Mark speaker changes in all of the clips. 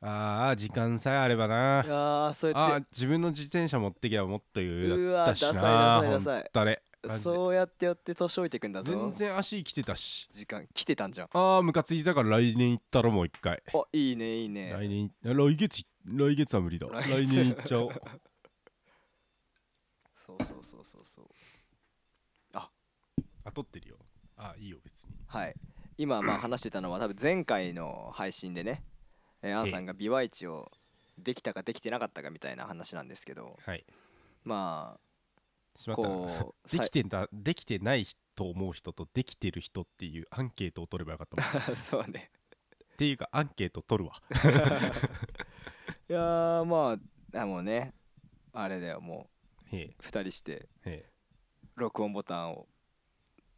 Speaker 1: ああ時間さえあればな
Speaker 2: あーそうや
Speaker 1: あ
Speaker 2: っ
Speaker 1: ー自分の自転車持ってきゃもっと余
Speaker 2: う
Speaker 1: 裕だ
Speaker 2: わ
Speaker 1: ったし
Speaker 2: ダサ
Speaker 1: ない
Speaker 2: ダサいダ
Speaker 1: ほ
Speaker 2: サい
Speaker 1: んとあれマ
Speaker 2: て
Speaker 1: ジで
Speaker 2: そうやってやって年老いてくんだぞ
Speaker 1: 全然足きてたし
Speaker 2: 時間来てた んじゃん
Speaker 1: ああムカついたから来年行ったろもう一回
Speaker 2: あいいねいいね
Speaker 1: 来年い来月い来月は無理だ
Speaker 2: 来
Speaker 1: 来
Speaker 2: 月
Speaker 1: 年行っちゃおう
Speaker 2: そうそうそうそうそう
Speaker 1: あ撮ってるよあいいよ別に
Speaker 2: はい今まあ話してたのは多分前回の配信でね、えーアンさんが美ワイチをできたかできてなかったかみたいな話なんですけど
Speaker 1: はい
Speaker 2: ま
Speaker 1: しま
Speaker 2: あ
Speaker 1: ったな
Speaker 2: こ う
Speaker 1: でき
Speaker 2: さ
Speaker 1: てんだできてない人と思う人とできてる人っていうアンケートを取ればよか ったもんっ
Speaker 2: そうね
Speaker 1: ていうかアンケート取るわ
Speaker 2: いやーまああもうねあれだよも
Speaker 1: へえ
Speaker 2: う2人して
Speaker 1: へ
Speaker 2: 録音ボタンを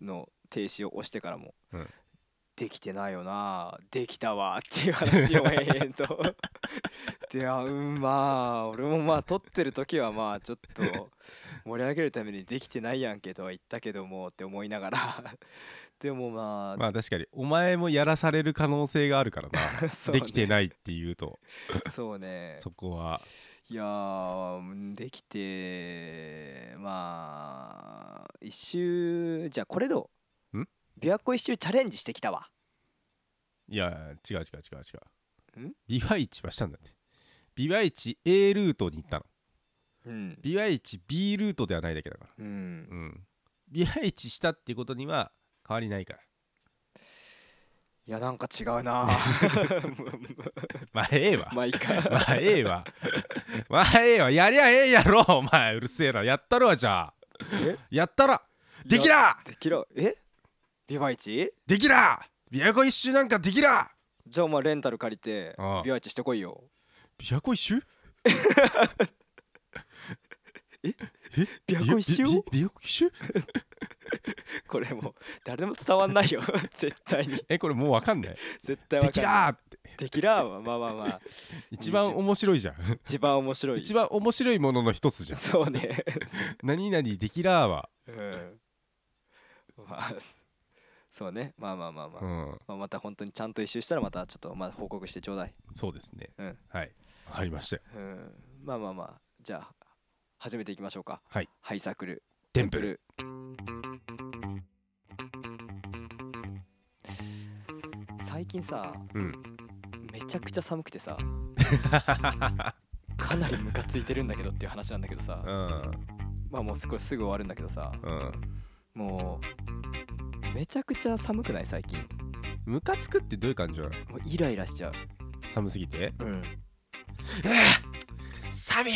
Speaker 2: の停止を押してからも、
Speaker 1: うん
Speaker 2: できてないよなできたわっていう話を延々 とであうんまあ俺もまあ撮ってる時はまあちょっと盛り上げるためにできてないやんけとは言ったけどもって思いながら でもま
Speaker 1: え
Speaker 2: あ、
Speaker 1: まあ確かにお前もやらされる可能性があるからな
Speaker 2: そうね
Speaker 1: できてないっていうと
Speaker 2: そうね
Speaker 1: そこはい
Speaker 2: やーうんできてまあ一周じゃあこれどうん琵琶湖一周チャレンジしてきたわ
Speaker 1: いや違う違う違う違うんビワイチはしたんだってビワイチ A ルートに行ったの
Speaker 2: うん
Speaker 1: ビワイチ B ルートではないだけだから
Speaker 2: うん
Speaker 1: うんビワイチしたっていうことには変わりないから
Speaker 2: いやなんか違う な
Speaker 1: まあええわ
Speaker 2: まあいいか
Speaker 1: まあええわ。まあええわ。やりゃええやろ、お前。うるせえな。やったろ、じゃあ。
Speaker 2: え
Speaker 1: やったら、できら
Speaker 2: できらえビバイチ
Speaker 1: できら琵琶湖一周なんかできら
Speaker 2: じゃあお前レンタル借りて
Speaker 1: ああ
Speaker 2: ビバイチしてこいよ
Speaker 1: 琵琶湖一周
Speaker 2: 琵琶湖一周
Speaker 1: びび琵琶湖一周
Speaker 2: これもう誰も伝わんないよ 絶対に
Speaker 1: え、これもうわかんない。
Speaker 2: 絶対わ
Speaker 1: で
Speaker 2: か
Speaker 1: き
Speaker 2: んな
Speaker 1: ら
Speaker 2: い
Speaker 1: って。
Speaker 2: できらはまあまあまあ
Speaker 1: 一番面白いじゃん。
Speaker 2: 一番面白い
Speaker 1: 一番面白いものの一つじゃん。
Speaker 2: そうね
Speaker 1: 何々できらは。
Speaker 2: うんまあそうねまあまあまあまあ、
Speaker 1: うん。
Speaker 2: まあ、また本当にちゃんと一周したらまたちょっとまあ報告してちょうだい
Speaker 1: そうですね。
Speaker 2: うん
Speaker 1: はい。わかりましたよ。
Speaker 2: うんまあまあまあじゃあ始めていきましょうか
Speaker 1: はい
Speaker 2: ハイサークル
Speaker 1: テンプル。
Speaker 2: テンプル最近さ
Speaker 1: うん。
Speaker 2: めちゃくちゃ寒くてさかなりムカついてるんだけどっていう話なんだけどさ
Speaker 1: うん。
Speaker 2: まあもうすこれすぐ終わるんだけどさ
Speaker 1: うん。
Speaker 2: もうめちゃくちゃ寒くない最近
Speaker 1: ムカつくってどういう感じなの
Speaker 2: もうイライラしちゃう
Speaker 1: 寒すぎて
Speaker 2: うん
Speaker 1: サビう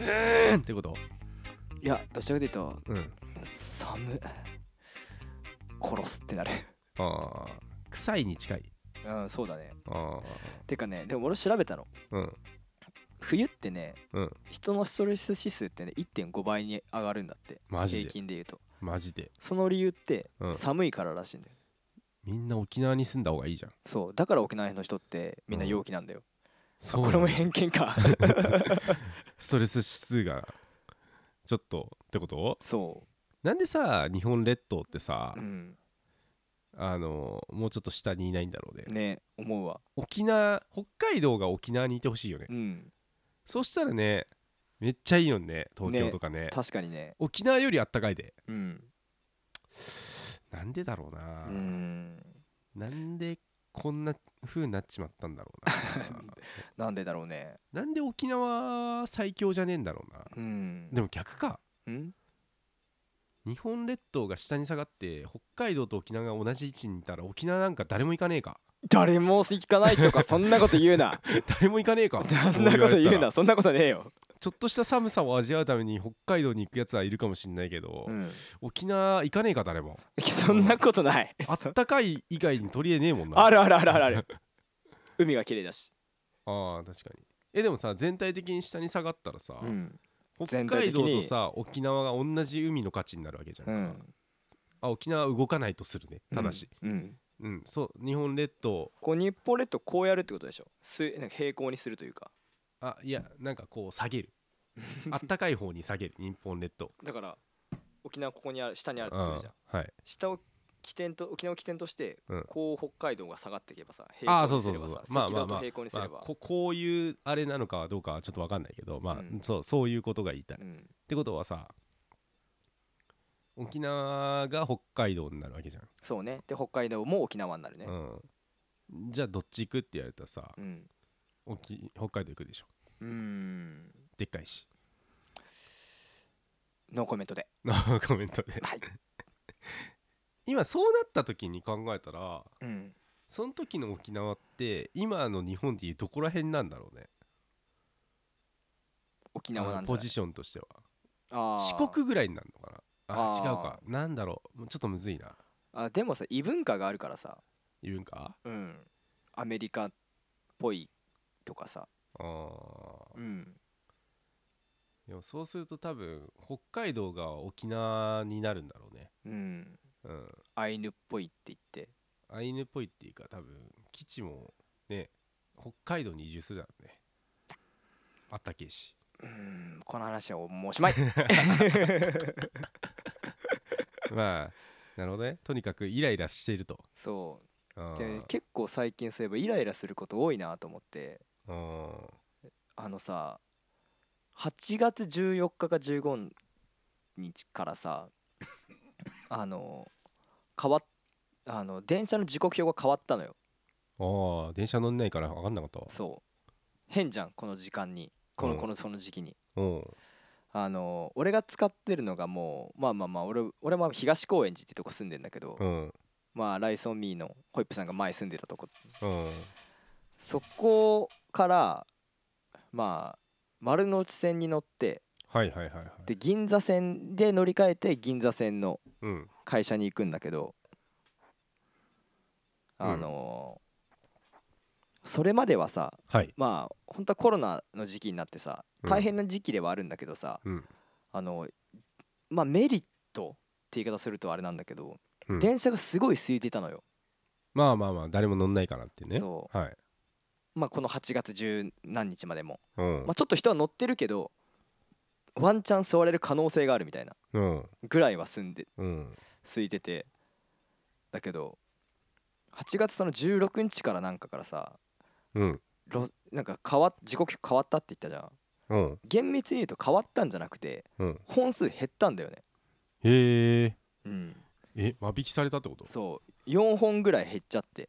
Speaker 1: ーんってこと
Speaker 2: いやどちらかというと
Speaker 1: うん
Speaker 2: 寒殺すってなる
Speaker 1: ああ臭いに近い
Speaker 2: うんそうだね
Speaker 1: ああ
Speaker 2: てかねでも俺調べたの
Speaker 1: うん
Speaker 2: 冬ってね、
Speaker 1: うん
Speaker 2: 人のストレス指数ってね1.5倍に上がるんだって
Speaker 1: マジ
Speaker 2: 平
Speaker 1: で
Speaker 2: 均で言うと
Speaker 1: マジで
Speaker 2: その理由って、
Speaker 1: うん
Speaker 2: 寒いかららしいんだよ
Speaker 1: みんな沖縄に住んだ方がいいじゃん
Speaker 2: そうだから沖縄の人ってみんな陽気なんだよ、
Speaker 1: そう
Speaker 2: こ
Speaker 1: な
Speaker 2: れ
Speaker 1: の
Speaker 2: も偏見か
Speaker 1: ストレス指数がちょっとってこと
Speaker 2: そ
Speaker 1: なんでさ日本列島ってさ、
Speaker 2: ううん
Speaker 1: あのもうちょっと下にいないんだろうね
Speaker 2: ね思うわ
Speaker 1: 沖縄北海道が沖縄にいてほしいよね、
Speaker 2: うん
Speaker 1: そうしたらねめっちゃいいのにね東京とかね
Speaker 2: 確かにね
Speaker 1: 沖縄よりあったかいで
Speaker 2: うん
Speaker 1: なんでだろうな、
Speaker 2: うん
Speaker 1: なんでこんな風になっちまったんだろう
Speaker 2: なんでだろうね
Speaker 1: ななんで沖縄最強じゃねえんだろうな
Speaker 2: うん
Speaker 1: でも逆か
Speaker 2: うん
Speaker 1: 日本列島が下に下がって北海道と沖縄が同じ位置にいたら沖縄なんか誰も行かねえ か
Speaker 2: 誰も行かないとかそんなこと言うな
Speaker 1: 誰も行かねえか
Speaker 2: そ
Speaker 1: そ
Speaker 2: んなこと
Speaker 1: 言われ
Speaker 2: 言う
Speaker 1: た
Speaker 2: な
Speaker 1: ら
Speaker 2: そんなことねえよ、
Speaker 1: ちょっとした寒さを味わうために北海道に行くやつはいるかもしんないけど、
Speaker 2: うん、
Speaker 1: 沖縄行かねえか誰も
Speaker 2: そんなことない
Speaker 1: あったかい以外に取り柄ねえもんな
Speaker 2: あ
Speaker 1: あ
Speaker 2: るあるあるあるある海が綺麗だし、
Speaker 1: あー確かにえでもさ全体的に下に下がったらさ、
Speaker 2: うん
Speaker 1: 北海道とさ沖縄が同じ海の価値になるわけじゃん
Speaker 2: う
Speaker 1: か、
Speaker 2: ん、
Speaker 1: あ沖縄は動かないとするねただし、
Speaker 2: うん、
Speaker 1: うんそう日本列島
Speaker 2: こう日本列島こうやるってことでしょすなんか平行にするというか
Speaker 1: あいやなんかこう下げ るあったかい方に下げる日本列島
Speaker 2: だから沖縄ここにある下にあるとするじゃん
Speaker 1: はい
Speaker 2: 下を起点と沖縄を起点として、
Speaker 1: うん
Speaker 2: こう北海道が下がっていけばさ平
Speaker 1: あー
Speaker 2: 行にす
Speaker 1: そ
Speaker 2: れ
Speaker 1: う
Speaker 2: ば
Speaker 1: そう
Speaker 2: さ
Speaker 1: そうまあ
Speaker 2: 赤
Speaker 1: まあ
Speaker 2: 道
Speaker 1: まあ
Speaker 2: と平行にす
Speaker 1: ま
Speaker 2: れ
Speaker 1: あ、
Speaker 2: ば、
Speaker 1: ここういうあれなのかはどうかはちょっと分かんないけどまあ、
Speaker 2: うん
Speaker 1: そうそういうことが言いたい、っ
Speaker 2: うん
Speaker 1: てことはさ沖縄が北海道になるわけじゃん、
Speaker 2: そうねで北海道も沖縄になるね
Speaker 1: うん、じゃあどっち行くって言われたらさ
Speaker 2: うん
Speaker 1: 沖北海道行くでしょ
Speaker 2: うーん
Speaker 1: でっかいし
Speaker 2: ノーコメントで
Speaker 1: コメントで
Speaker 2: はい
Speaker 1: 今そうなった時に考えたら
Speaker 2: うん
Speaker 1: その時の沖縄って今の日本でいうどこら辺なんだろうね
Speaker 2: 沖縄なん
Speaker 1: あの
Speaker 2: じゃ
Speaker 1: ポ
Speaker 2: ない
Speaker 1: ジションとしては
Speaker 2: あー
Speaker 1: 四国ぐらいになるのかなあ
Speaker 2: あー
Speaker 1: 違うかなんだろうもうちょっとむずいな
Speaker 2: あでもさ異文化があるからさ
Speaker 1: 言うんか
Speaker 2: うんアメリカっぽいとかさ
Speaker 1: あー
Speaker 2: うん
Speaker 1: でもそうすると多分北海道が沖縄になるんだろうね
Speaker 2: うん
Speaker 1: うん
Speaker 2: アイヌっぽいって言って
Speaker 1: アイヌっぽいっていうか多分基地もね北海道に移住するだろうねあったけえし
Speaker 2: うーんこの話はもうおしまい
Speaker 1: まあなるほどねとにかくイライラしていると
Speaker 2: そ
Speaker 1: あ
Speaker 2: う
Speaker 1: ー
Speaker 2: で結構最近そういえばイライラすること多いなと思って
Speaker 1: あー
Speaker 2: あのさ8月14日か15日から さあの変わっあの電車の時刻表が変わったのよ
Speaker 1: あー電車乗んないから分かんなかったわ
Speaker 2: そう変じゃんこの時間にこの
Speaker 1: うん
Speaker 2: このその時期に
Speaker 1: うん
Speaker 2: あの俺が使ってるのがもうまあまあまあ俺俺も東高円寺ってとこ住んでんだけど、
Speaker 1: うん
Speaker 2: まあライソンミーのホイップさんが前住んでたとこ
Speaker 1: うん
Speaker 2: そこからまあ丸の内線に乗って
Speaker 1: はいはいはいはい
Speaker 2: で銀座線で乗り換えて銀座線の
Speaker 1: うん
Speaker 2: 会社に行くんだけど
Speaker 1: うん
Speaker 2: あのーそれまではさ
Speaker 1: はい
Speaker 2: まあ本当はコロナの時期になってさ
Speaker 1: うん
Speaker 2: 大変な時期ではあるんだけどさ、
Speaker 1: うん
Speaker 2: あのまあメリットって言い方するとあれなんだけど、
Speaker 1: うん
Speaker 2: 電車がすごい空いてたのよ、
Speaker 1: まあまあまあ誰も乗んないからってね
Speaker 2: そ
Speaker 1: はい
Speaker 2: まあ、この8月十何日までも、
Speaker 1: うん
Speaker 2: まあ、ちょっと人は乗ってるけどワンチャン座れる可能性があるみたいな
Speaker 1: うん
Speaker 2: ぐらいは住んで
Speaker 1: うん
Speaker 2: 空いててだけど8月その16日からなんかからさ
Speaker 1: うん
Speaker 2: ろなんか変わっ時刻表変わったって言ったじゃん
Speaker 1: うん
Speaker 2: 厳密に言うと変わったんじゃなくて
Speaker 1: うん
Speaker 2: 本数減ったんだよね
Speaker 1: へえ
Speaker 2: うん
Speaker 1: え間引きされたってこと
Speaker 2: そう4本ぐらい減っちゃって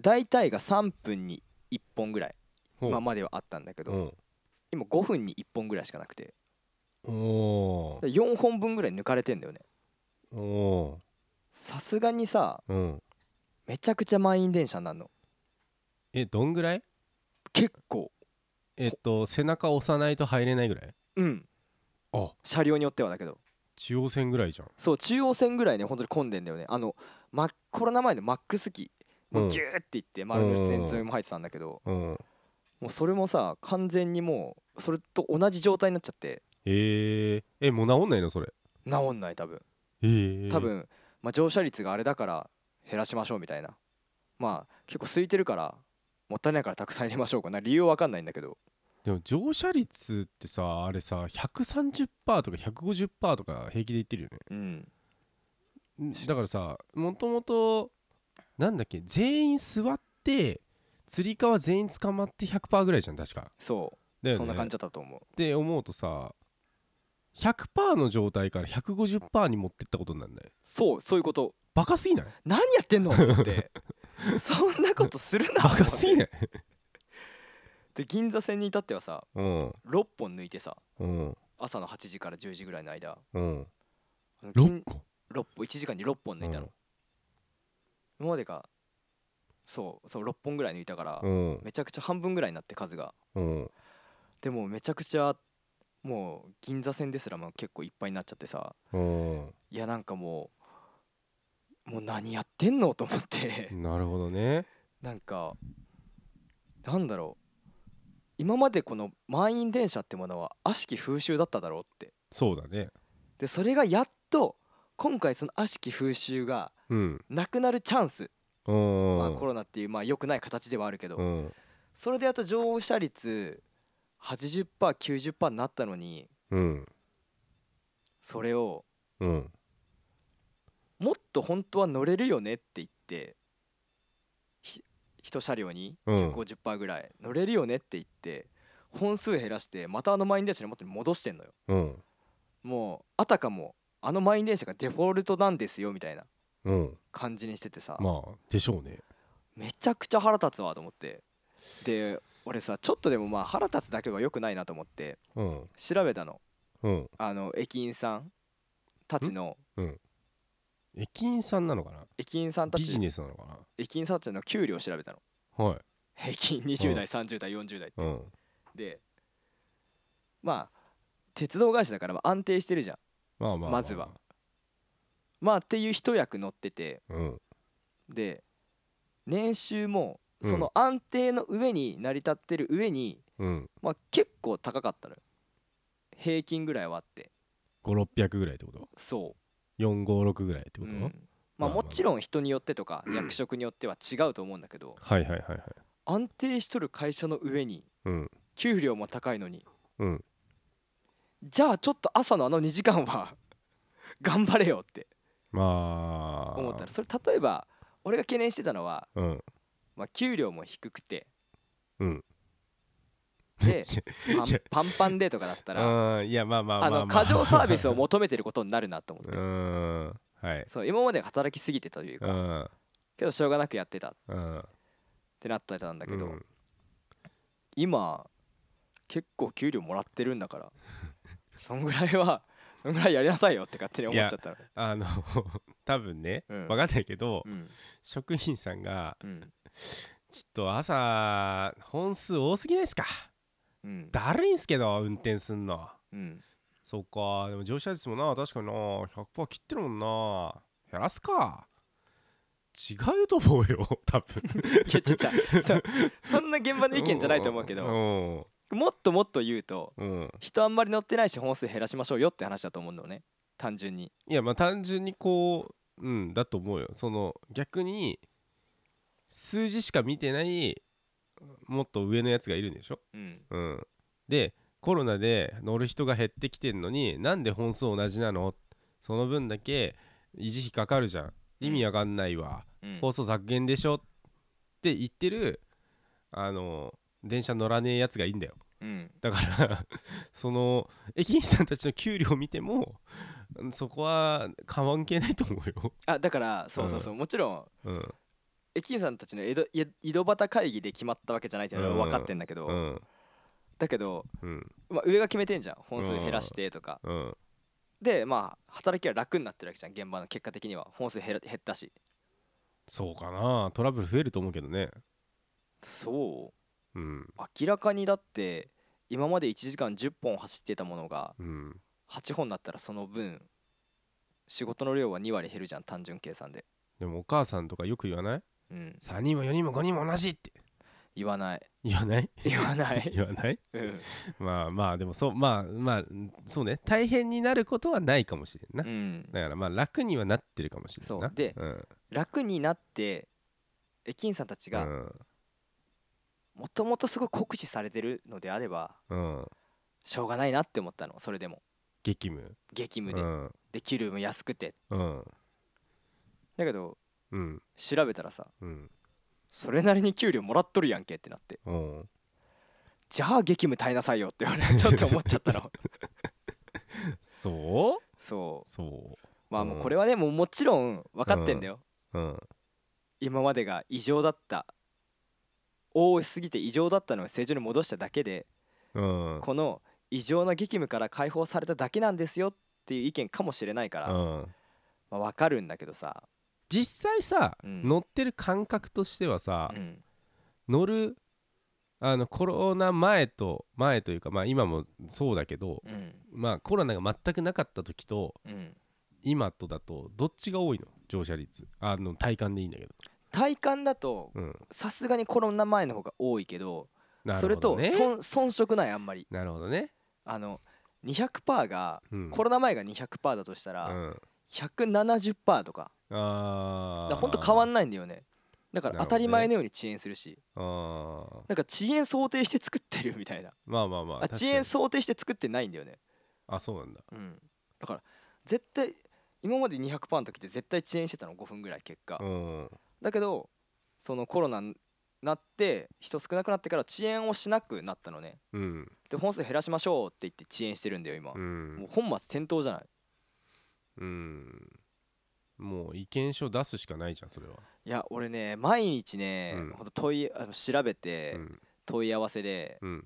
Speaker 2: 大体が3分に1本ぐらい
Speaker 1: ほう
Speaker 2: 今まではあったんだけど
Speaker 1: うん
Speaker 2: 今5分に1本ぐらいしかなくて
Speaker 1: おー
Speaker 2: 4本分ぐらい抜かれてんだよね
Speaker 1: お
Speaker 2: さすがにさ
Speaker 1: ーうん
Speaker 2: めちゃくちゃ満員電車になるの
Speaker 1: えどんぐらい
Speaker 2: 結構
Speaker 1: えっと背中押さないと入れないぐらい
Speaker 2: うん
Speaker 1: あ
Speaker 2: 車両によってはだけど
Speaker 1: 中央線ぐらいじゃん
Speaker 2: そう中央線ぐらいね本当に混んでんだよねあの、ま、コロナ前のマックス期もうギューっていって丸の内線沿いも入ってたんだけど、
Speaker 1: うん
Speaker 2: もうそれもさ完全にもうそれと同じ状態になっちゃって
Speaker 1: へええもう治んないのそれ
Speaker 2: 治んない多分
Speaker 1: へえ
Speaker 2: 多分、まあ、乗車率があれだから減らしましょうみたいなまあ結構空いてるからもったいないからたくさん入れましょうかな理由わかんないんだけど
Speaker 1: でも乗車率ってさあれさ130%とか150%とか平気で言ってるよね
Speaker 2: うん
Speaker 1: んだからさもともとなんだっけ全員座ってつり革全員捕まって100%ぐらいじゃん確か
Speaker 2: そ
Speaker 1: だ
Speaker 2: う、
Speaker 1: よね
Speaker 2: そんな感じだったと思う
Speaker 1: って思うとさ100%の状態から150%に持ってったことになんない
Speaker 2: そうそういうこと
Speaker 1: バカす ぎない
Speaker 2: 何やってんのって そんなことするな
Speaker 1: バカすぎない
Speaker 2: で銀座線に至ってはさ
Speaker 1: うん
Speaker 2: 6本抜いてさ
Speaker 1: うん
Speaker 2: 朝の8時から10時ぐらいの間
Speaker 1: うん
Speaker 2: あの
Speaker 1: 6
Speaker 2: 銀
Speaker 1: 個
Speaker 2: 六本1時間に6本抜いたの、今までがそうそう6本ぐらい抜いたから、
Speaker 1: うん
Speaker 2: めちゃくちゃ半分ぐらいになって数が
Speaker 1: うん
Speaker 2: でもめちゃくちゃもう銀座線ですらもう結構いっぱいになっちゃってさ
Speaker 1: うん
Speaker 2: いやなんかもうもう何やってんのと思って、
Speaker 1: なるほどね
Speaker 2: なんかなんだろう今までこの満員電車ってものは悪しき風習だっただろうって
Speaker 1: そうだね
Speaker 2: でそれがやっと今回その悪しき風習が
Speaker 1: うん
Speaker 2: なくなるチャンス、
Speaker 1: うん
Speaker 2: まあ、コロナっていうまあ良くない形ではあるけど、
Speaker 1: うん
Speaker 2: それであと乗車率 80%90% になったのに
Speaker 1: うん
Speaker 2: それを
Speaker 1: うん
Speaker 2: もっと本当は乗れるよねって言ってひ一車両に
Speaker 1: うん
Speaker 2: 50%ぐらい乗れるよねって言って本数減らしてまたあの満員電車に元に戻してんのよ
Speaker 1: うん
Speaker 2: もうあたかもあの満員電車がデフォルトなんですよみたいな
Speaker 1: うん
Speaker 2: 感じにしててさ、
Speaker 1: まあでしょうね
Speaker 2: めちゃくちゃ腹立つわと思ってで俺さちょっとでもまあ腹立つだけは良くないなと思って
Speaker 1: うん
Speaker 2: 調べたの
Speaker 1: うん
Speaker 2: あの駅員さんたちの
Speaker 1: 駅員さんなのかな
Speaker 2: 駅員さんた
Speaker 1: ビジ
Speaker 2: ち
Speaker 1: ネスなのか
Speaker 2: 駅員さんたちの給料を調べたの
Speaker 1: なはい
Speaker 2: 平均20代30代40代
Speaker 1: うん
Speaker 2: でまあ鉄道会社だからまあ安定してるじゃん
Speaker 1: まあまあまあ
Speaker 2: まずはまあっていう一役乗ってて
Speaker 1: うん
Speaker 2: で年収も
Speaker 1: うん
Speaker 2: その安定の上に成り立ってる上に、
Speaker 1: うん
Speaker 2: まあ結構高かったのよ平均ぐらいはあって
Speaker 1: 5600ぐらいってこと
Speaker 2: そ
Speaker 1: 456ぐらいって
Speaker 2: う、
Speaker 1: こ
Speaker 2: う
Speaker 1: と、
Speaker 2: ん
Speaker 1: ま
Speaker 2: まあ、
Speaker 1: あまあ
Speaker 2: もちろん人によってとか役職によっては違うと思うんだけど
Speaker 1: はいはいはいはい
Speaker 2: 安定しとる会社の上に
Speaker 1: うん
Speaker 2: 給料も高いのに
Speaker 1: うん
Speaker 2: じゃあちょっと朝のあの2時間は 頑張れよって
Speaker 1: まあ
Speaker 2: 思ったらそれ例えば俺が懸念してたのは、
Speaker 1: うん
Speaker 2: まあ、給料も低くて
Speaker 1: うん
Speaker 2: でパン
Speaker 1: いや
Speaker 2: パンパンでとかだったら
Speaker 1: うんいやまあまあま
Speaker 2: あ
Speaker 1: あ、まあ、
Speaker 2: の過剰サービスを
Speaker 1: 持っ
Speaker 2: 求めてることになるなと思って
Speaker 1: うんはい
Speaker 2: そう今まで働きすぎてたという
Speaker 1: う
Speaker 2: か
Speaker 1: ん
Speaker 2: けどしょうがなくやってたっ
Speaker 1: うん
Speaker 2: てなってたんだけ
Speaker 1: う
Speaker 2: ど
Speaker 1: ん
Speaker 2: 今結構給料もらってるんだから そんぐらいはそんぐらいやりなさいよって勝手に思っちゃったの
Speaker 1: あの 多分ね、
Speaker 2: うん
Speaker 1: 分かんないけど、
Speaker 2: うん
Speaker 1: 職員さんが
Speaker 2: うん
Speaker 1: ちょっと朝本数多すぎないですか
Speaker 2: うん
Speaker 1: だるいんすけど運転すんの
Speaker 2: うん
Speaker 1: そっかでも乗車率もな確かにな100%切ってるもんな減らすか違うと思うよ多 分
Speaker 2: いやちっちゃいそそんな現場の意見じゃないと思うけど
Speaker 1: ど
Speaker 2: もっともっと言うと
Speaker 1: うん、うん、
Speaker 2: 人あんまり乗ってないし本数減らしましょうよって話だと思うんだよね単純に
Speaker 1: いやまあ単純にこううんだと思うよその逆に数字しか見てないもっと上のやつがいるんでしょ
Speaker 2: うん
Speaker 1: うん、でコロナで乗る人が減ってきてんのになんで本数同じなのその分だけ維持費かかるじゃん意味わかんないわ、
Speaker 2: うん
Speaker 1: 放送削減でしょって言ってるあの電車乗らねえやつがいいんだよ
Speaker 2: うん
Speaker 1: だから その駅員さんたちの給料を見てもうんそこは関係ないと思うよ、
Speaker 2: あだからそうそうそうもちろん
Speaker 1: うん
Speaker 2: 駅員さんたちの江戸江井戸端会議で決まったわけじゃないっていうのは分かってんだけ
Speaker 1: う
Speaker 2: ど
Speaker 1: ん
Speaker 2: だけど、
Speaker 1: うん
Speaker 2: まあ、上が決めてんじゃん本数減らしてとか
Speaker 1: うん
Speaker 2: でまあ働きは楽になってるわけじゃん現場の結果的には本数減ら減ったし
Speaker 1: そうかなトラブル増えると思うけどね
Speaker 2: そう
Speaker 1: うん
Speaker 2: 明らかにだって今まで1時間10本走ってたものが
Speaker 1: うん
Speaker 2: 8本だったらその分仕事の量は2割減るじゃん単純計算で、
Speaker 1: でもお母さんとかよく言わない
Speaker 2: うん、
Speaker 1: 3人も4人も5人も同じって
Speaker 2: 言わない
Speaker 1: 言わない
Speaker 2: 言わない、
Speaker 1: 言わない
Speaker 2: うん
Speaker 1: まあまあでもそうまあまあそうね大変になることはないかもしれんな、
Speaker 2: うん、
Speaker 1: だからまあ楽にはなってるかもしれんな
Speaker 2: そうで
Speaker 1: うん
Speaker 2: 楽になって駅員さんたち
Speaker 1: う
Speaker 2: が
Speaker 1: ん
Speaker 2: もともとすごい酷使されてるのであれば
Speaker 1: うん、
Speaker 2: しょうがないなって思ったのそれでも
Speaker 1: 激務
Speaker 2: 激
Speaker 1: う
Speaker 2: 務で、
Speaker 1: ん
Speaker 2: で給料も安くて
Speaker 1: うん
Speaker 2: だけど
Speaker 1: うん
Speaker 2: 調べたらさ
Speaker 1: うん
Speaker 2: それなりに給料もらっとるやんけってなって
Speaker 1: うん
Speaker 2: じゃあ激務耐えなさいよって俺はちょっと思っちゃったの
Speaker 1: そう
Speaker 2: そ
Speaker 1: そう
Speaker 2: まあもう
Speaker 1: うん
Speaker 2: これはねもうもちろん分かってんだよ、
Speaker 1: ううん
Speaker 2: 今までが異常だった多すぎて異常だったのを正常に戻しただけで
Speaker 1: うん
Speaker 2: この異常な激務から解放されただけなんですよっていう意見かもしれないか
Speaker 1: う
Speaker 2: ら、
Speaker 1: ん
Speaker 2: まあ、分かるんだけどさ、
Speaker 1: 実際さ、
Speaker 2: うん
Speaker 1: 乗ってる感覚としてはさ、
Speaker 2: うん
Speaker 1: 乗るあのコロナ前と前というかまあ今もそうだけど、
Speaker 2: うん
Speaker 1: まあコロナが全くなかった時と
Speaker 2: うん、
Speaker 1: 今とだとどっちが多いの乗車率あの体感でいいんだけど,、
Speaker 2: 体感だと
Speaker 1: うん、
Speaker 2: さすがにコロナ前の方が多いけど
Speaker 1: な
Speaker 2: そ
Speaker 1: る
Speaker 2: れ
Speaker 1: ほ
Speaker 2: と
Speaker 1: どね
Speaker 2: 遜遜色ないあんまり
Speaker 1: なるほどね、
Speaker 2: あの200%が
Speaker 1: うん、
Speaker 2: コロナ前が200%だとした
Speaker 1: う
Speaker 2: ら
Speaker 1: ん、
Speaker 2: 170%とか
Speaker 1: ああ
Speaker 2: だからほんと変わ
Speaker 1: ん
Speaker 2: んないんだよねだから
Speaker 1: なる
Speaker 2: 当
Speaker 1: ほどね
Speaker 2: たり前のように遅延するし
Speaker 1: あー
Speaker 2: なんか遅延想定して作ってるみたいな
Speaker 1: まあまあまあ
Speaker 2: あ
Speaker 1: 確
Speaker 2: 遅
Speaker 1: かに
Speaker 2: 延想定して作ってないんだよね
Speaker 1: あそうなんだ
Speaker 2: うんだから絶対今まで200%の時って絶対遅延してたの5分ぐらい結果、
Speaker 1: うん
Speaker 2: だけどそのコロナになって人少なくなってから遅延をしなくなったのね
Speaker 1: うん
Speaker 2: で本数減らしましょうって言って遅延してるんだよ今、
Speaker 1: うん
Speaker 2: もう本末転倒じゃない
Speaker 1: うんもう意見書出すしかないじゃんそれは、
Speaker 2: いや俺ね毎日ね、
Speaker 1: うん
Speaker 2: ほんと問いあの調べて
Speaker 1: うん
Speaker 2: 問い合わせで、
Speaker 1: うん、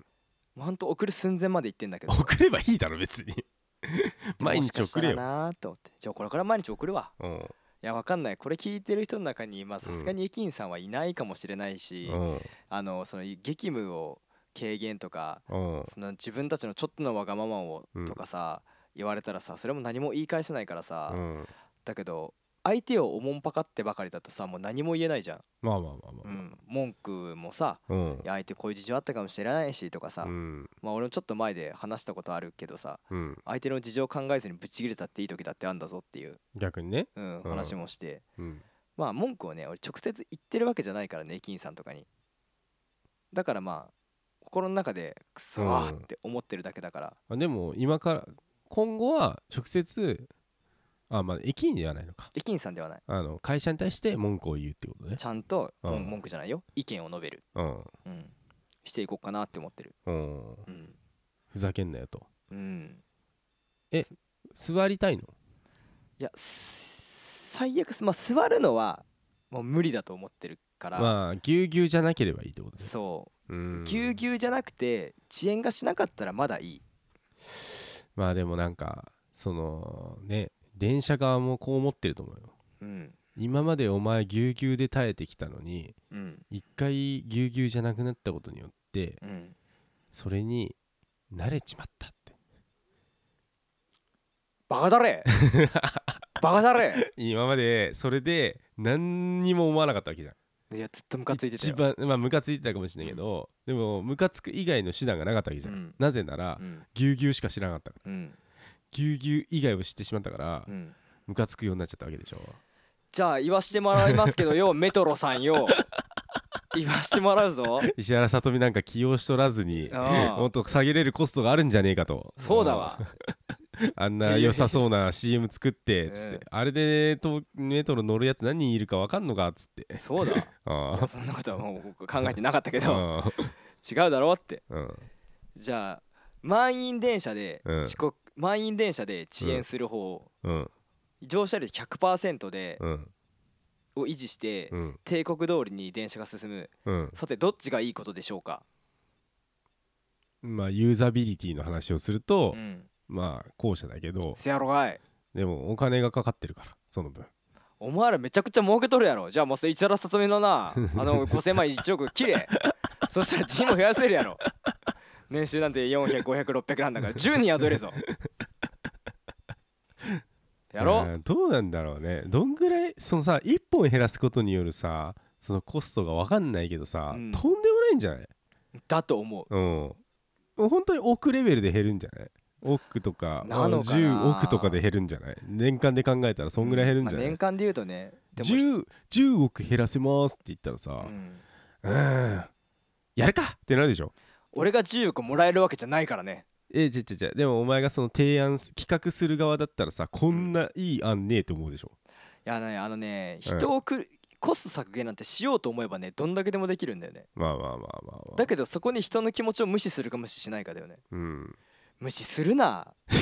Speaker 2: ほんと送る寸前まで行ってんだけど
Speaker 1: 送ればいいだろ別 に 毎日送れ
Speaker 2: もしかしたら
Speaker 1: よ、
Speaker 2: なーって思ってじゃあこれから毎日送るわ
Speaker 1: うん
Speaker 2: いやわかんないこれ聞いてる人の中にまあさすがに駅員さんはいないかもしれないし、
Speaker 1: うん
Speaker 2: あのその激務を軽減とか
Speaker 1: うん
Speaker 2: その自分たちのちょっとのわがままを
Speaker 1: うん
Speaker 2: とかさ、言われたらさそれも何も言い返せないからさ、
Speaker 1: うん
Speaker 2: だけど相手をおもんぱかってばかりだとさもう何も言えないじゃん、
Speaker 1: まあまあまあ
Speaker 2: う
Speaker 1: まあ
Speaker 2: ん、文句もさ
Speaker 1: うん
Speaker 2: いや相手こういう事情あったかもしれないしとかさ、
Speaker 1: うん
Speaker 2: まあ俺もちょっと前で話したことあるけどさ
Speaker 1: うん
Speaker 2: 相手の事情を考えずにぶち切れたっていい時だってあんだぞっていう、
Speaker 1: 逆にね
Speaker 2: うん、
Speaker 1: うん
Speaker 2: 話もして、
Speaker 1: うん
Speaker 2: まあ文句をね俺直接言ってるわけじゃないからね駅員さんとかにだからまあ心の中でクソーって思ってるだけだから、
Speaker 1: あでも今から今後は直接あまあ駅員ではないのか
Speaker 2: 駅員さんではない
Speaker 1: あの会社に対して文句を言うってことね
Speaker 2: ちゃんと、
Speaker 1: うん
Speaker 2: うん文句じゃないよ意見を述べる、
Speaker 1: うん
Speaker 2: うん、していこうかなって思ってる
Speaker 1: うん
Speaker 2: うん、
Speaker 1: ふざけんなよと
Speaker 2: うん、
Speaker 1: 座りたいの
Speaker 2: いやす最悪すまあ座るのはもう無理だと思ってるから、
Speaker 1: まあぎゅうぎゅうじゃなければいいってことです
Speaker 2: そううんぎゅうぎゅうじゃなくて遅延がしなかったらまだいい
Speaker 1: まあでもなんかそのね電車側もこう思ってると思うよ
Speaker 2: うん
Speaker 1: 今までお前ぎゅうぎゅうで耐えてきたのに
Speaker 2: うん
Speaker 1: 一回ぎゅうぎゅうじゃなくなったことによって
Speaker 2: うん
Speaker 1: それに慣れちまったって
Speaker 2: バカ だれバカだれ
Speaker 1: 今までそれで何にも思わなかったわけじゃん
Speaker 2: いやずっとムカついてた
Speaker 1: 一
Speaker 2: よ
Speaker 1: 番まあムカついてたかもしれないけど、でもムカつく以外の手段がなかったわけじゃん、
Speaker 2: うん
Speaker 1: なぜなら
Speaker 2: うん
Speaker 1: ぎゅうぎゅうしか知らなかったから
Speaker 2: うん
Speaker 1: ぎゅうぎゅう以外を知ってしまったから、
Speaker 2: うん
Speaker 1: ムカつくようになっちゃったわけでしょ
Speaker 2: じゃあ言わしてもらいます けどよメトロさんよ言わしてもらうぞ
Speaker 1: 石原さとみなんか起用しとらずに
Speaker 2: ああ
Speaker 1: もっと下げれるコストがあるんじゃねえかと
Speaker 2: そうだわ
Speaker 1: うんあんな良さそうな CM 作ってつって、
Speaker 2: うん
Speaker 1: あれで東メトロ乗るやつ何人いるか分かんのかっつって
Speaker 2: そうだわいや
Speaker 1: あ
Speaker 2: そんなことはもう僕考えてなかったけ
Speaker 1: あ
Speaker 2: ど違うだろうって
Speaker 1: うんうん
Speaker 2: じゃあ満員電車で
Speaker 1: うん
Speaker 2: 遅刻、満員電車で遅延する方、
Speaker 1: うん
Speaker 2: 乗車率100%で、
Speaker 1: うん
Speaker 2: を維持して、
Speaker 1: うん
Speaker 2: 定刻通りに電車が進む
Speaker 1: うん
Speaker 2: さてどっちがいいことでしょうか、
Speaker 1: まあユーザビリティの話をすると、
Speaker 2: うん、
Speaker 1: まあ後者だけど
Speaker 2: せやろがい
Speaker 1: でもお金がかかってるからその分
Speaker 2: お前らめちゃくちゃ儲けとるやろじゃあもうそれ一原さとみ のなあの5000万1億切れそしたら人も増やせるやろ年収なんて400500600なんだから10人雇えるぞやろ
Speaker 1: うんどうなんだろうねどんぐらいそのさ1本減らすことによるさそのコストが分かんないけどさ、
Speaker 2: うん
Speaker 1: とんでもないんじゃない
Speaker 2: だと思う
Speaker 1: うん本当に億レベルで減るんじゃない億とか
Speaker 2: なのかな
Speaker 1: 10億とかで減るんじゃない年間で考えたらそんぐらい減るんじゃ
Speaker 2: まあ
Speaker 1: ない、
Speaker 2: 年間で言うとねでも
Speaker 1: 10, 10億減らせますって言ったらさ
Speaker 2: う、ん
Speaker 1: うん、やるかってなるでしょ
Speaker 2: 俺が10億もらえるわけじゃないからね
Speaker 1: えじゃじゃじゃでもお前がその提案す企画する側だったらさこんないい案ねえと思うでしょ、
Speaker 2: いやねあのね
Speaker 1: うん
Speaker 2: 人をくるコスト削減なんてしようと思えばねどんだけでもできるんだよね
Speaker 1: まあまあまあまあまあ
Speaker 2: だけどそこに人の気持ちを無視するか無視しないかだよね
Speaker 1: うん
Speaker 2: 無視す るない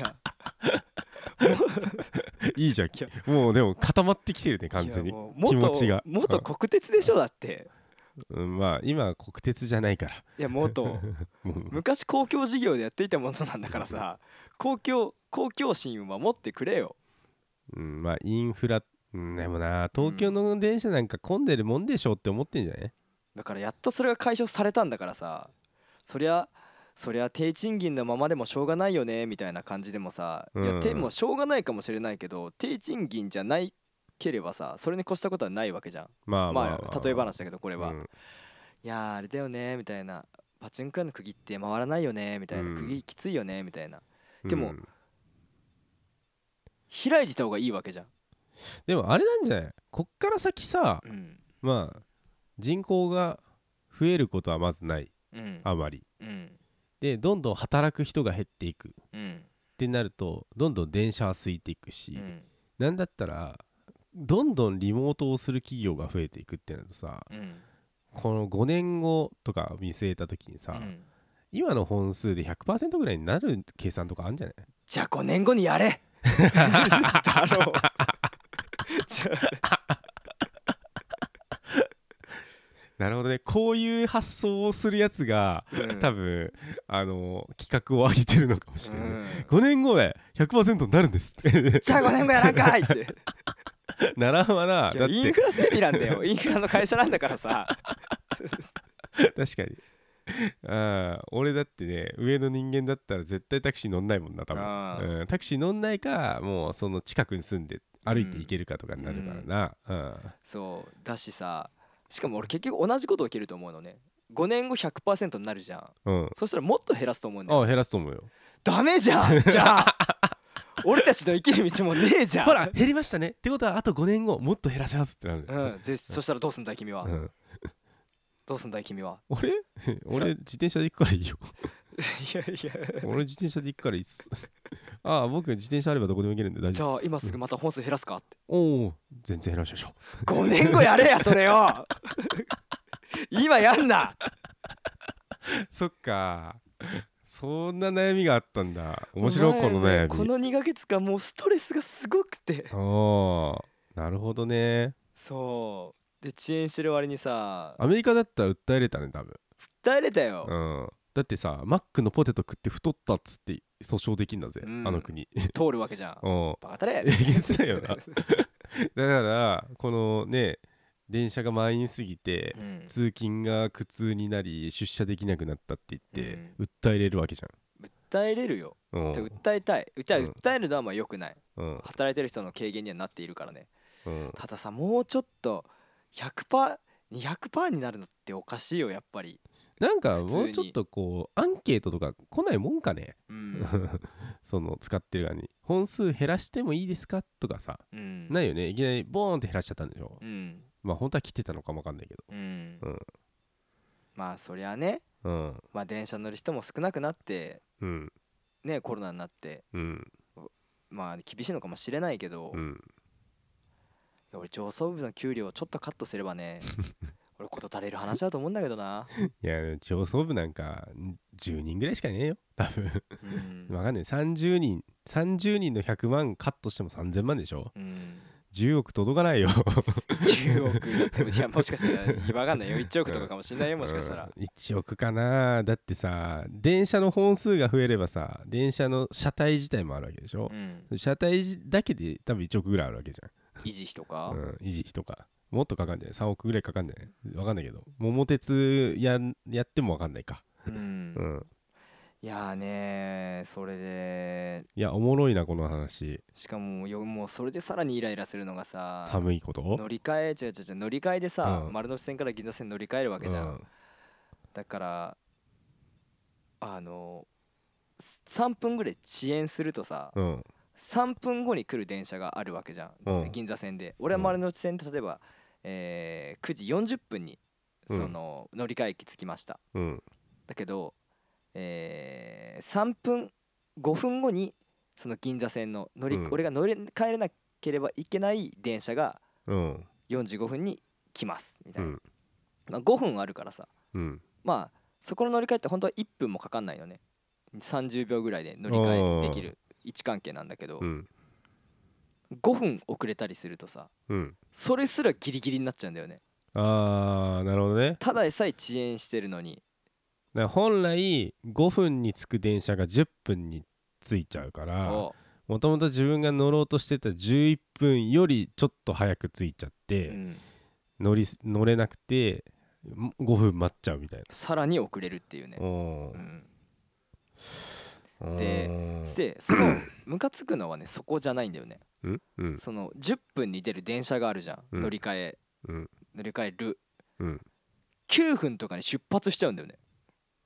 Speaker 2: や
Speaker 1: いいじゃんきもうでも固まってきてるね完全
Speaker 2: い
Speaker 1: に
Speaker 2: やもう
Speaker 1: 気持ちが
Speaker 2: 元元国鉄でしょだって
Speaker 1: うん、まあ今は国鉄じゃないから
Speaker 2: いや元
Speaker 1: もう
Speaker 2: 昔公共事業でやっていたものなんだからさ公共公共心を守ってくれよ
Speaker 1: うん、まあインフラうんでもな東京の電車なんか混んでるもんでしょって思ってんじゃね、
Speaker 2: だからやっとそれが解消されたんだからさそりゃそりゃ低賃金のままでもしょうがないよねみたいな感じでもさ、いうや
Speaker 1: ん
Speaker 2: でもしょうがないかもしれないけど低賃金じゃないければさそれに越したことはないわけじゃん
Speaker 1: まあまあ、
Speaker 2: まあ例え話だけどこれ
Speaker 1: れ
Speaker 2: は、いやーあれだよねみたいなパチンコ屋の釘って回らないよねみたいな、
Speaker 1: うん
Speaker 2: 釘きついよねみたいなでも開いてた方がいいわけじゃん、
Speaker 1: でもあれなんじゃないこっから先さ
Speaker 2: うん
Speaker 1: まあ人口が増えることはまずない
Speaker 2: うん
Speaker 1: あまり
Speaker 2: うん
Speaker 1: でどんどん働く人が減っていくっ
Speaker 2: うん
Speaker 1: てってなるとどんどん電車は空いていくし、
Speaker 2: うん
Speaker 1: なんだったらどんどんリモートをする企業が増えていくってなるとさ
Speaker 2: うん
Speaker 1: この5年後とか見据えた時に
Speaker 2: う
Speaker 1: さ、
Speaker 2: ん
Speaker 1: 今の本数で100%ぐらいになる計算とかあるんじゃない
Speaker 2: じゃあ5年後にやれだろうじゃあ
Speaker 1: なるほどねこういう発想をするやつが、
Speaker 2: うん
Speaker 1: 多分あの企画を上げてるのかもし
Speaker 2: う
Speaker 1: れない、
Speaker 2: ん
Speaker 1: 5年後で100%になるんですって
Speaker 2: じゃあ5年後やらんかいって
Speaker 1: ならんわないだ
Speaker 2: や
Speaker 1: っ
Speaker 2: イン
Speaker 1: て
Speaker 2: フラ整備なんだよインフラの会社なんだからさ
Speaker 1: 確かにああ俺だってね上の人間だったら絶対タクシー乗んないもんな多
Speaker 2: あ
Speaker 1: 分、うん、タクシー乗んないかもうその近くに住んで歩いて行けるかとかになるからな、うん
Speaker 2: そうだしさしかも俺結局同じこと起きると思うのね5年後100%になるじゃん
Speaker 1: うん
Speaker 2: そしたらもっと減らすと思うんだ
Speaker 1: あ
Speaker 2: よ
Speaker 1: あ減らすと思うよ
Speaker 2: ダメじ ゃんじゃあ俺たちの生きる道もねえじゃん
Speaker 1: ほら減りましたねってことはあと5年後もっと減らせますってなるんだ
Speaker 2: う
Speaker 1: よ
Speaker 2: ん、ぜそしたらどうすんだい君は、
Speaker 1: うん
Speaker 2: どうすんだい君は
Speaker 1: 俺俺自転車で行く からいい よ
Speaker 2: いやいや
Speaker 1: 俺自転車で行くからいいっす ああ僕自転車あればどこでも行けるんで大
Speaker 2: じ
Speaker 1: 丈
Speaker 2: ゃ
Speaker 1: 夫
Speaker 2: あ
Speaker 1: です
Speaker 2: 今すぐまた本数減らすかって
Speaker 1: おお全然減らしましょ
Speaker 2: 5年後やれやそ れを今やん
Speaker 1: う
Speaker 2: な
Speaker 1: そっかそんな悩みがあったんだ面白いこ
Speaker 2: お
Speaker 1: の
Speaker 2: 前
Speaker 1: 悩
Speaker 2: ね
Speaker 1: み
Speaker 2: この2ヶ月間もうストレスがすごくて
Speaker 1: ああなるほどね
Speaker 2: そうで遅延してる割にさ
Speaker 1: アメリカだったら訴えれたね多分、
Speaker 2: 訴えれたよ、
Speaker 1: うん、だってさマックのポテト食って太ったっつって訴訟できんだぜ、
Speaker 2: うん
Speaker 1: あの 国
Speaker 2: 通るわけじゃん
Speaker 1: うん
Speaker 2: バカたれ
Speaker 1: えげつないよなだからこのね電車が満員すぎて
Speaker 2: うん訴
Speaker 1: 通勤が苦痛になり出社できなくなったって言って、訴えれるわけじ
Speaker 2: えれるよ
Speaker 1: ゃん、うん
Speaker 2: で訴えたい訴え
Speaker 1: うん
Speaker 2: 訴えるのはまあ良くない
Speaker 1: うん
Speaker 2: 働いてる人の軽減にはなっているからね
Speaker 1: うん、
Speaker 2: たださもうちょっと 100%200% になるのっておかしいよやっぱり
Speaker 1: なんか
Speaker 2: 普通に
Speaker 1: もうちょっとこうアンケートとか来ないもんかね、
Speaker 2: うん
Speaker 1: その使ってる側に本数減らしてもいいですかとかさ
Speaker 2: うん
Speaker 1: ないよねいきなりボーンって減らしちゃったんでしょ、
Speaker 2: うん
Speaker 1: まあ本当は来てたのかもわかんないけど
Speaker 2: うん
Speaker 1: うん
Speaker 2: まあそりゃね
Speaker 1: うん
Speaker 2: まあ電車乗る人も少なくなって
Speaker 1: うん
Speaker 2: ねコロナになって
Speaker 1: うん
Speaker 2: まあ厳しいのかもしれないけど、
Speaker 1: う
Speaker 2: い
Speaker 1: ん
Speaker 2: や俺上層部の給料をちょっとカットすればね 俺事足りる話だと思うんだけどな、
Speaker 1: いや上層部なんかん10人ぐらいしかいねえよ多分
Speaker 2: うん
Speaker 1: わかんない30人30人の100万カットしても3000万でしょ
Speaker 2: うん、
Speaker 1: 10億届かないよ
Speaker 2: 10億だっていやもしかしたらわかんないよ1億とかかもしれないよ もしかし たら、
Speaker 1: うん1億かなだってさ電車の本数が増えればさ電車の車体自体もあるわけでしょ
Speaker 2: う、ん、
Speaker 1: 車体だけで多分1億ぐらいあるわけじゃん
Speaker 2: 維持費とか、
Speaker 1: うん、維持費とかもっとかかんじゃない3億ぐらいかかんじゃないわかんないけど桃鉄やんやってもわかんないか
Speaker 2: うん
Speaker 1: うん
Speaker 2: いやーねーそれで
Speaker 1: いやおもろいなこの話
Speaker 2: しかもよもうそれでさらにイライラするのがさ
Speaker 1: 寒いこと
Speaker 2: 乗り換え違う違う違う乗り換えでさ、
Speaker 1: うん
Speaker 2: 丸の内線から銀座線乗り換えるわけじゃん、だからあの3分ぐらい遅延するとさ、
Speaker 1: うんうん
Speaker 2: 3分後に来る電車があるわけじゃん、
Speaker 1: うん
Speaker 2: 銀座線で俺は丸の内線で例えば、えー9時40分に
Speaker 1: うん
Speaker 2: その乗り換え駅着きました、
Speaker 1: うん
Speaker 2: だけど、えー3分5分後にその銀座線の乗り、
Speaker 1: うん
Speaker 2: 俺が乗り換えれなければいけない電車が
Speaker 1: うん
Speaker 2: 45分に来ますみた
Speaker 1: う
Speaker 2: いな、
Speaker 1: ん
Speaker 2: まあ、5分あるからさ
Speaker 1: うん
Speaker 2: まあそこの乗り換えって本当は1分もかかんないのね30秒ぐらいで乗り換えできる位置関係なんだけど、
Speaker 1: うん
Speaker 2: 5分遅れたりするとさ
Speaker 1: うん
Speaker 2: それすらギリギリになっちゃうんだよね
Speaker 1: あーなるほどねだか
Speaker 2: ただでさえ遅延してるのに
Speaker 1: ら本来5分に着く電車が10分に着いちゃうから
Speaker 2: そ
Speaker 1: もともと自分が乗ろうとしてた11分よりちょっと早く着いちゃっ
Speaker 2: う、
Speaker 1: て、
Speaker 2: うん
Speaker 1: 乗りす乗れなくてん5分待っちゃうみたいな
Speaker 2: さらに遅れるっていうね、
Speaker 1: お
Speaker 2: うん、
Speaker 1: ー
Speaker 2: で
Speaker 1: おー
Speaker 2: でそのムカつくのはねそこじゃないんだよね
Speaker 1: うんうん
Speaker 2: その10分に出る電車があるじゃん、
Speaker 1: うん
Speaker 2: 乗り換え
Speaker 1: うん
Speaker 2: 乗り換える
Speaker 1: うん
Speaker 2: 9分とかに出発しちゃうんだよね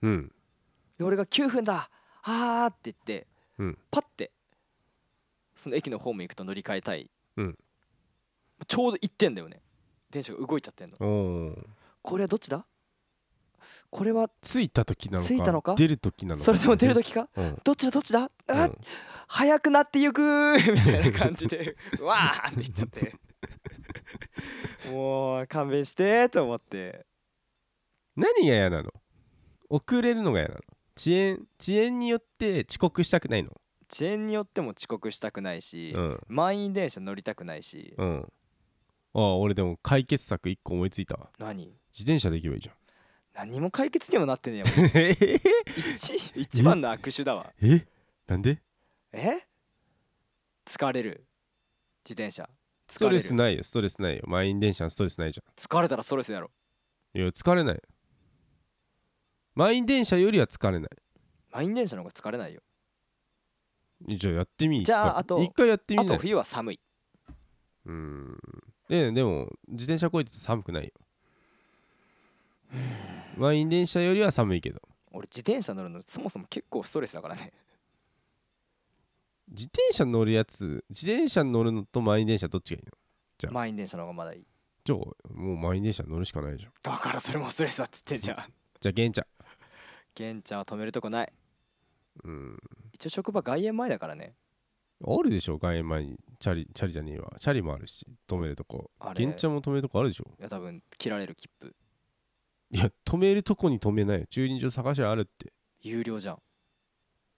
Speaker 1: うん
Speaker 2: で俺が9分だあーって言って、
Speaker 1: うん
Speaker 2: パッてその駅のホーム行くと乗り換えたい、
Speaker 1: うん
Speaker 2: ちょうど行ってんだよね電車が動いちゃってんの
Speaker 1: おー
Speaker 2: これはどっちだこれは
Speaker 1: 着いた時なのか
Speaker 2: 着いたのか
Speaker 1: 出る時なのか
Speaker 2: それとも出る時か
Speaker 1: うん、
Speaker 2: どっちだどっちだ
Speaker 1: う
Speaker 2: あ、
Speaker 1: ん
Speaker 2: 早くなってゆく みたいな感じで うわーって言っちゃってもう勘弁してと思って
Speaker 1: 何が嫌なの遅れるのが嫌なの遅延遅延によって遅刻したくないの
Speaker 2: 遅延によっても遅刻したくないし、
Speaker 1: うん
Speaker 2: 満員電車乗りたくないし、
Speaker 1: うんああ俺でも解決策一個思いついたわ
Speaker 2: 何
Speaker 1: 自転車で行けばいいじゃん
Speaker 2: 何も解決にもなってねえよ
Speaker 1: え
Speaker 2: 一一番の悪手だわ
Speaker 1: えなんで
Speaker 2: え疲れる自転車
Speaker 1: ス
Speaker 2: 疲
Speaker 1: ト
Speaker 2: れ
Speaker 1: レス
Speaker 2: る
Speaker 1: ないよストレスないよ満員電車のストレスないじ
Speaker 2: 疲れたらストレスやろ
Speaker 1: ゃんいや疲れない満員電車よりは疲れない
Speaker 2: 満員電車の方が疲れないよ
Speaker 1: じゃあやってみ
Speaker 2: じゃあ
Speaker 1: 一回
Speaker 2: あと
Speaker 1: 一回やってみ
Speaker 2: あ
Speaker 1: な
Speaker 2: と
Speaker 1: いう
Speaker 2: 冬は寒い
Speaker 1: ーんででも自転車こいでて寒くない よ満員電車よりは寒いけど
Speaker 2: 俺自転車乗るのそもそも結構ストレスだからね
Speaker 1: 自転車乗るやつ自転車乗るのと満員電車どっちがいいのいや
Speaker 2: 満員電車の方がまだいい
Speaker 1: じゃあもう満員電車乗るしかないじゃん
Speaker 2: だからそれもストレスだっつってんじゃん
Speaker 1: じゃあ玄ちゃん
Speaker 2: 玄ちゃんは止めるとこない
Speaker 1: うん
Speaker 2: 一応職場外苑前だからね
Speaker 1: あるでしょ外苑前にチャリチャリじゃねえわチャリもあるし止めるとこ
Speaker 2: あれ
Speaker 1: 玄ちゃんも止めるとこあるでしょ
Speaker 2: いや多分切られる切符
Speaker 1: いや止めるとこに止めないよ駐輪場探しゃあるって
Speaker 2: 有料じゃん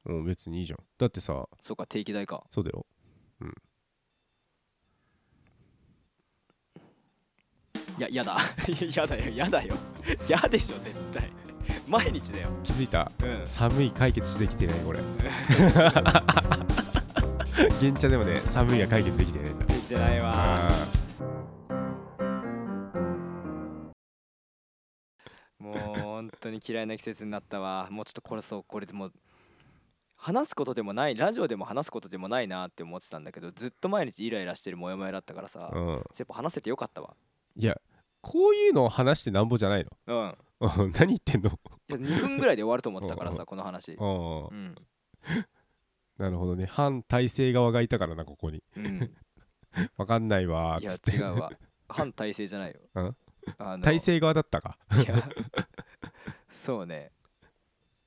Speaker 1: うん別にいいじゃんだってさ
Speaker 2: そうか定期代か
Speaker 1: そうだようん
Speaker 2: いややだ やだよやだよやでしょ絶対毎日だよ
Speaker 1: 気づいた
Speaker 2: うん
Speaker 1: 寒い解決してきてない これ玄ちゃんでもね寒いは解決できてないんだ
Speaker 2: できてないわ
Speaker 1: あ
Speaker 2: もう本当に嫌いな季節になったわもうちょっとこれそうこれでもう話すことでもないラジオでも話すことでもないなって思ってたんだけどずっと毎日イライラしてるモヤモヤだったからさ、
Speaker 1: ーうん
Speaker 2: やっぱ話せてよかったわ
Speaker 1: いやこういうのを話してなんぼじゃないの
Speaker 2: うん
Speaker 1: うん何言ってんの
Speaker 2: いや2分ぐらいで終わると思ってたから
Speaker 1: うんう
Speaker 2: さこの話
Speaker 1: あ
Speaker 2: う
Speaker 1: あ
Speaker 2: ん、
Speaker 1: なるほどね反体制側がいたからなここに
Speaker 2: うん、
Speaker 1: わかんないわー
Speaker 2: い
Speaker 1: っ
Speaker 2: や
Speaker 1: つって
Speaker 2: 違うわ反体制 じゃないよ
Speaker 1: うん
Speaker 2: あの
Speaker 1: 体制側だったか
Speaker 2: いやそうね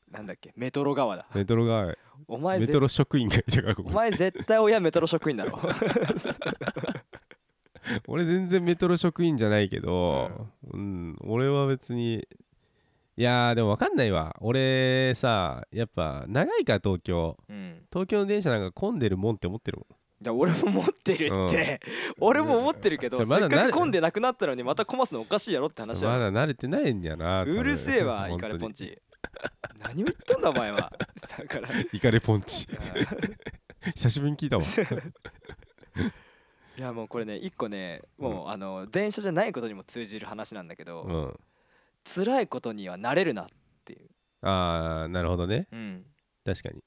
Speaker 2: なんだっけメトロ側だ
Speaker 1: メトロ側
Speaker 2: お前
Speaker 1: メ
Speaker 2: ぜ
Speaker 1: トロ職員がいたからこ
Speaker 2: お
Speaker 1: こに
Speaker 2: 前絶対親メトロ職員だ ろ
Speaker 1: 俺全然メトロ職員じゃないけど、うん、俺は別にいやーでも分かんないわ俺さやっぱ長いから東京
Speaker 2: うん
Speaker 1: 東京の電車なんか混んでるもんって思ってるもん
Speaker 2: じゃ俺も持ってるって、俺も思ってるけど
Speaker 1: じ
Speaker 2: せ
Speaker 1: ゃあ
Speaker 2: っ
Speaker 1: まだ
Speaker 2: か
Speaker 1: 慣れ
Speaker 2: く混んでなくなったのにまたこますのおかしいやろって話
Speaker 1: ちょっ
Speaker 2: だ
Speaker 1: と
Speaker 2: よ
Speaker 1: まだ慣れてないんやな
Speaker 2: うるせえわイ
Speaker 1: 多
Speaker 2: カ
Speaker 1: 分本
Speaker 2: レポン
Speaker 1: 当に
Speaker 2: チ何を言っとんだお前はだから
Speaker 1: イカレポンチ久しぶりに聞いたわ
Speaker 2: いやもうこれね一個ねもうあの電車じゃないことにも通じる話なんだけど、
Speaker 1: うん
Speaker 2: 辛いことには慣れるなっていう、
Speaker 1: あーなるほどね
Speaker 2: うん、
Speaker 1: 確かに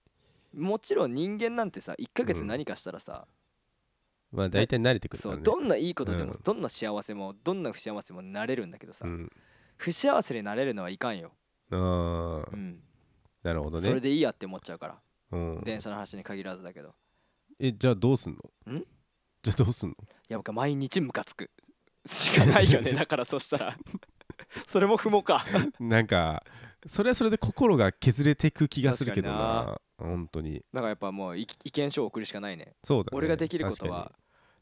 Speaker 2: もちろん人間なんてさ1ヶ
Speaker 1: う
Speaker 2: 月
Speaker 1: ん
Speaker 2: 何かしたらさ、
Speaker 1: まあ大体慣れてくるか
Speaker 2: そ
Speaker 1: ら
Speaker 2: う
Speaker 1: ね
Speaker 2: どんないいことでも、
Speaker 1: うん
Speaker 2: どんな幸せもどんな不幸せもなれるんだけどさ、
Speaker 1: うん
Speaker 2: 不幸せになれるのはいかんよ、
Speaker 1: あ
Speaker 2: う
Speaker 1: ー
Speaker 2: ん
Speaker 1: なるほど
Speaker 2: それ
Speaker 1: ね
Speaker 2: でいいやって思っちゃうか
Speaker 1: う
Speaker 2: ら、
Speaker 1: ん
Speaker 2: 電車の話に限らずだけど
Speaker 1: えじゃあどうすんの
Speaker 2: ん
Speaker 1: じゃあどうすんの
Speaker 2: いや僕は毎日ムカつくしかない よねだからそしたらそれも不毛か
Speaker 1: なんかそれはそれで心が削れてく気がするけどな本当に
Speaker 2: だからやっぱもうい意見書を送るしかないね
Speaker 1: そうだ、ね、
Speaker 2: 俺ができること
Speaker 1: 確
Speaker 2: は
Speaker 1: か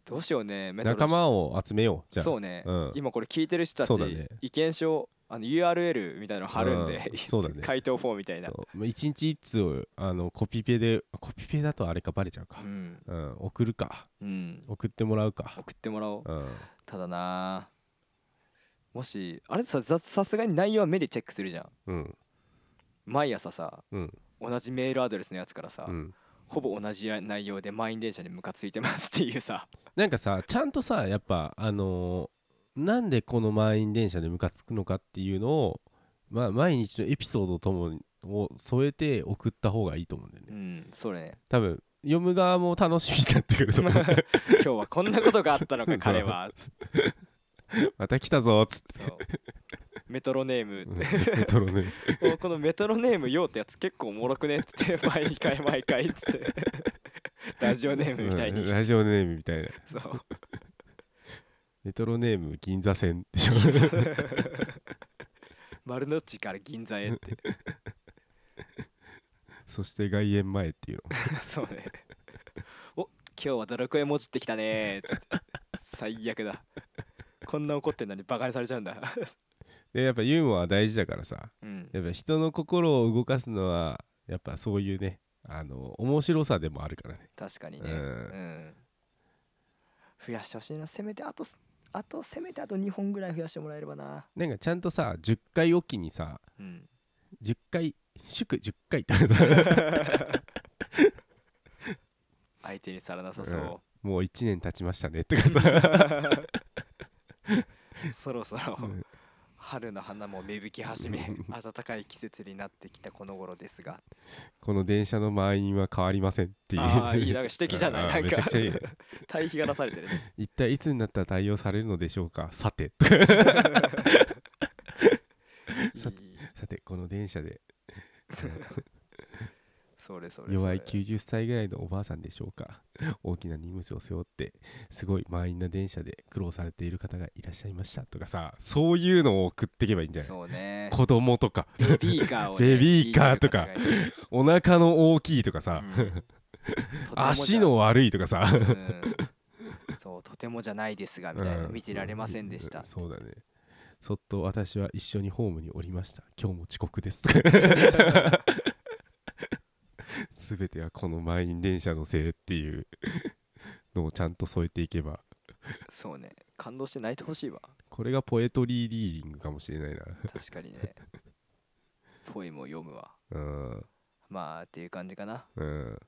Speaker 2: どうしようねメ
Speaker 1: に
Speaker 2: トロ
Speaker 1: 仲間を集めようじゃあ
Speaker 2: そうね、
Speaker 1: うん
Speaker 2: 今これ聞いてる人た
Speaker 1: そう
Speaker 2: ち、
Speaker 1: だね
Speaker 2: 意見書あの URL みたいなの貼るんで、
Speaker 1: うんそうだね
Speaker 2: 回答フォームみたいな
Speaker 1: そうまあ一日一通をあのコピペでコピペだとあれかバレちゃうか
Speaker 2: う、ん、
Speaker 1: うん送るか
Speaker 2: うん、
Speaker 1: 送ってもらうか、
Speaker 2: 送ってもらおう
Speaker 1: うん、
Speaker 2: ただなもしあれさざさすがに内容は目でチェックするじゃん
Speaker 1: うん
Speaker 2: 毎朝さ
Speaker 1: うん
Speaker 2: 同じメールアドレスのやつからさ、
Speaker 1: うん
Speaker 2: ほぼ同じ内容で満員電車にムカついてますってい うさ
Speaker 1: なんかさちゃんとさやっぱあのーなんでこの満員電車でムカつくのかっていうのを、まあ、毎日のエピソードともを添えて送った方がいいと思うんだよね
Speaker 2: うんそれね
Speaker 1: 多分読む側も楽しみになってくると 思う
Speaker 2: 今日はこんなことがあったのか彼は
Speaker 1: また来たぞっつ って
Speaker 2: そうメトロネーム
Speaker 1: メトロね
Speaker 2: おこのメトロネームようってやつ結構おもろくねっつって毎回毎回っつって ラジオネームみたい
Speaker 1: うん
Speaker 2: に
Speaker 1: ラジオネームみたいな
Speaker 2: そう
Speaker 1: メトロネーム銀座線でしょ
Speaker 2: 丸の内から銀座へって
Speaker 1: そして外苑前っていうの
Speaker 2: そうねお今日はドラクエもじってきたねーつって最悪だこんな怒ってんのにバカにされちゃうんだ
Speaker 1: でやっぱユーモアは大事だからさ
Speaker 2: うん
Speaker 1: やっぱ人の心を動かすのはやっぱそういうねあの面白さでもあるからね
Speaker 2: 確かに
Speaker 1: う
Speaker 2: ね、うん、増やしてほしいなせめてあとあとせめてあと2本ぐらい増やしてもらえればな
Speaker 1: なんかちゃんとさ10回おきにさ
Speaker 2: うん
Speaker 1: 10回祝10回って
Speaker 2: 相手にさらなさそう、
Speaker 1: もう1年経ちましたねとかさ
Speaker 2: そろそろ
Speaker 1: うん
Speaker 2: 春の花も芽吹き始め暖かい季節になってきたこの頃ですが
Speaker 1: この電車の満員は変わりませんっていう
Speaker 2: ああいいなんか指摘じゃな
Speaker 1: あー
Speaker 2: いなん
Speaker 1: めちゃ
Speaker 2: か
Speaker 1: くちゃいい
Speaker 2: 対比が出されてるね
Speaker 1: 一体いつになったら対応されるのでしょうかさてとか さ
Speaker 2: いい
Speaker 1: さてこの電車で
Speaker 2: それそれそれ
Speaker 1: 弱い90歳ぐらいのおばあさんでしょうか大きな荷物を背負ってすごい満員な電車で苦労されている方がいらっしゃいましたとかさそういうのを送っていけばいいんじゃない
Speaker 2: そうね
Speaker 1: 子供とか
Speaker 2: ベビーカーをね
Speaker 1: ベビーカーとか
Speaker 2: 聞いてる
Speaker 1: お腹の大きいとか
Speaker 2: 方
Speaker 1: さ
Speaker 2: がい、るうんとてもじゃ
Speaker 1: 足の悪いとかさ
Speaker 2: うんそうとてもじゃないですがみたいな
Speaker 1: うん
Speaker 2: 見てられませんでした
Speaker 1: そうそうだねそっと私は一緒にホームにおりました今日も遅刻 ですとか全てはこの満員電車のせいっていうのをちゃんと添えていけば
Speaker 2: そうね感動して泣いてほしいわ
Speaker 1: これがポエトリーリーディングかもしれないな
Speaker 2: 確かに ねポエムを読むわ
Speaker 1: うん
Speaker 2: まあっていう感じかな
Speaker 1: うん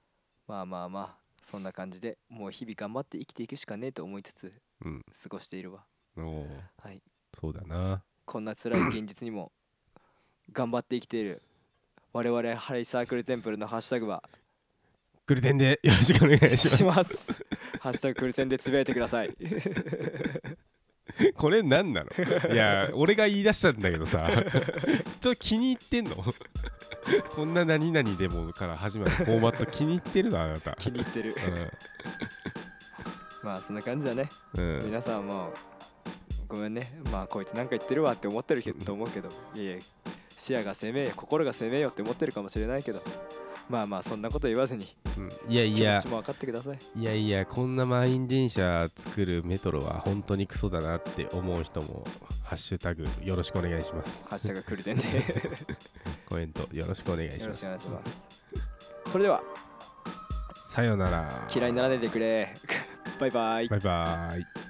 Speaker 2: まあまあまあそんな感じでもう日々頑張って生きていくしかねえと思いつつ
Speaker 1: うん
Speaker 2: 過ごしているわ
Speaker 1: おう
Speaker 2: はい
Speaker 1: そうだな
Speaker 2: こんな 辛い現実にも頑張って生きている我々ハイサークルテンプルのハッシュタグは
Speaker 1: グルテンでよろしくお願いします
Speaker 2: しますハッシュタグクルテンでつぶやいてくだ さい
Speaker 1: これ何なのいや俺が言い出したんだけどさ ちょっと気に入ってんの こんな何々でもから始まるフォーマット気に入ってるのあなた
Speaker 2: 気に入ってるまあそんな感じだね
Speaker 1: うん、うん、
Speaker 2: 皆さんもごめんねまあこいつなんか言ってるわって思ってるけ
Speaker 1: うん
Speaker 2: どと思うけどいえいえ視野が攻めえよ心が攻めえよって思ってるかもしれないけどまあまあそんなこと言わずに
Speaker 1: うんいやい
Speaker 2: 気持
Speaker 1: や
Speaker 2: ちも分かってください
Speaker 1: いやいやこんな満員電車作るメトロは本当にクソだなって思う人もハッシュタグよろしくお願いします
Speaker 2: ハッシュタグクルテンで
Speaker 1: コメントよろしくお願いし
Speaker 2: よろ
Speaker 1: ま
Speaker 2: し
Speaker 1: す
Speaker 2: くお願いしますそれでは
Speaker 1: さよなら
Speaker 2: 嫌いにならないでくれ バイバイ
Speaker 1: バイバイ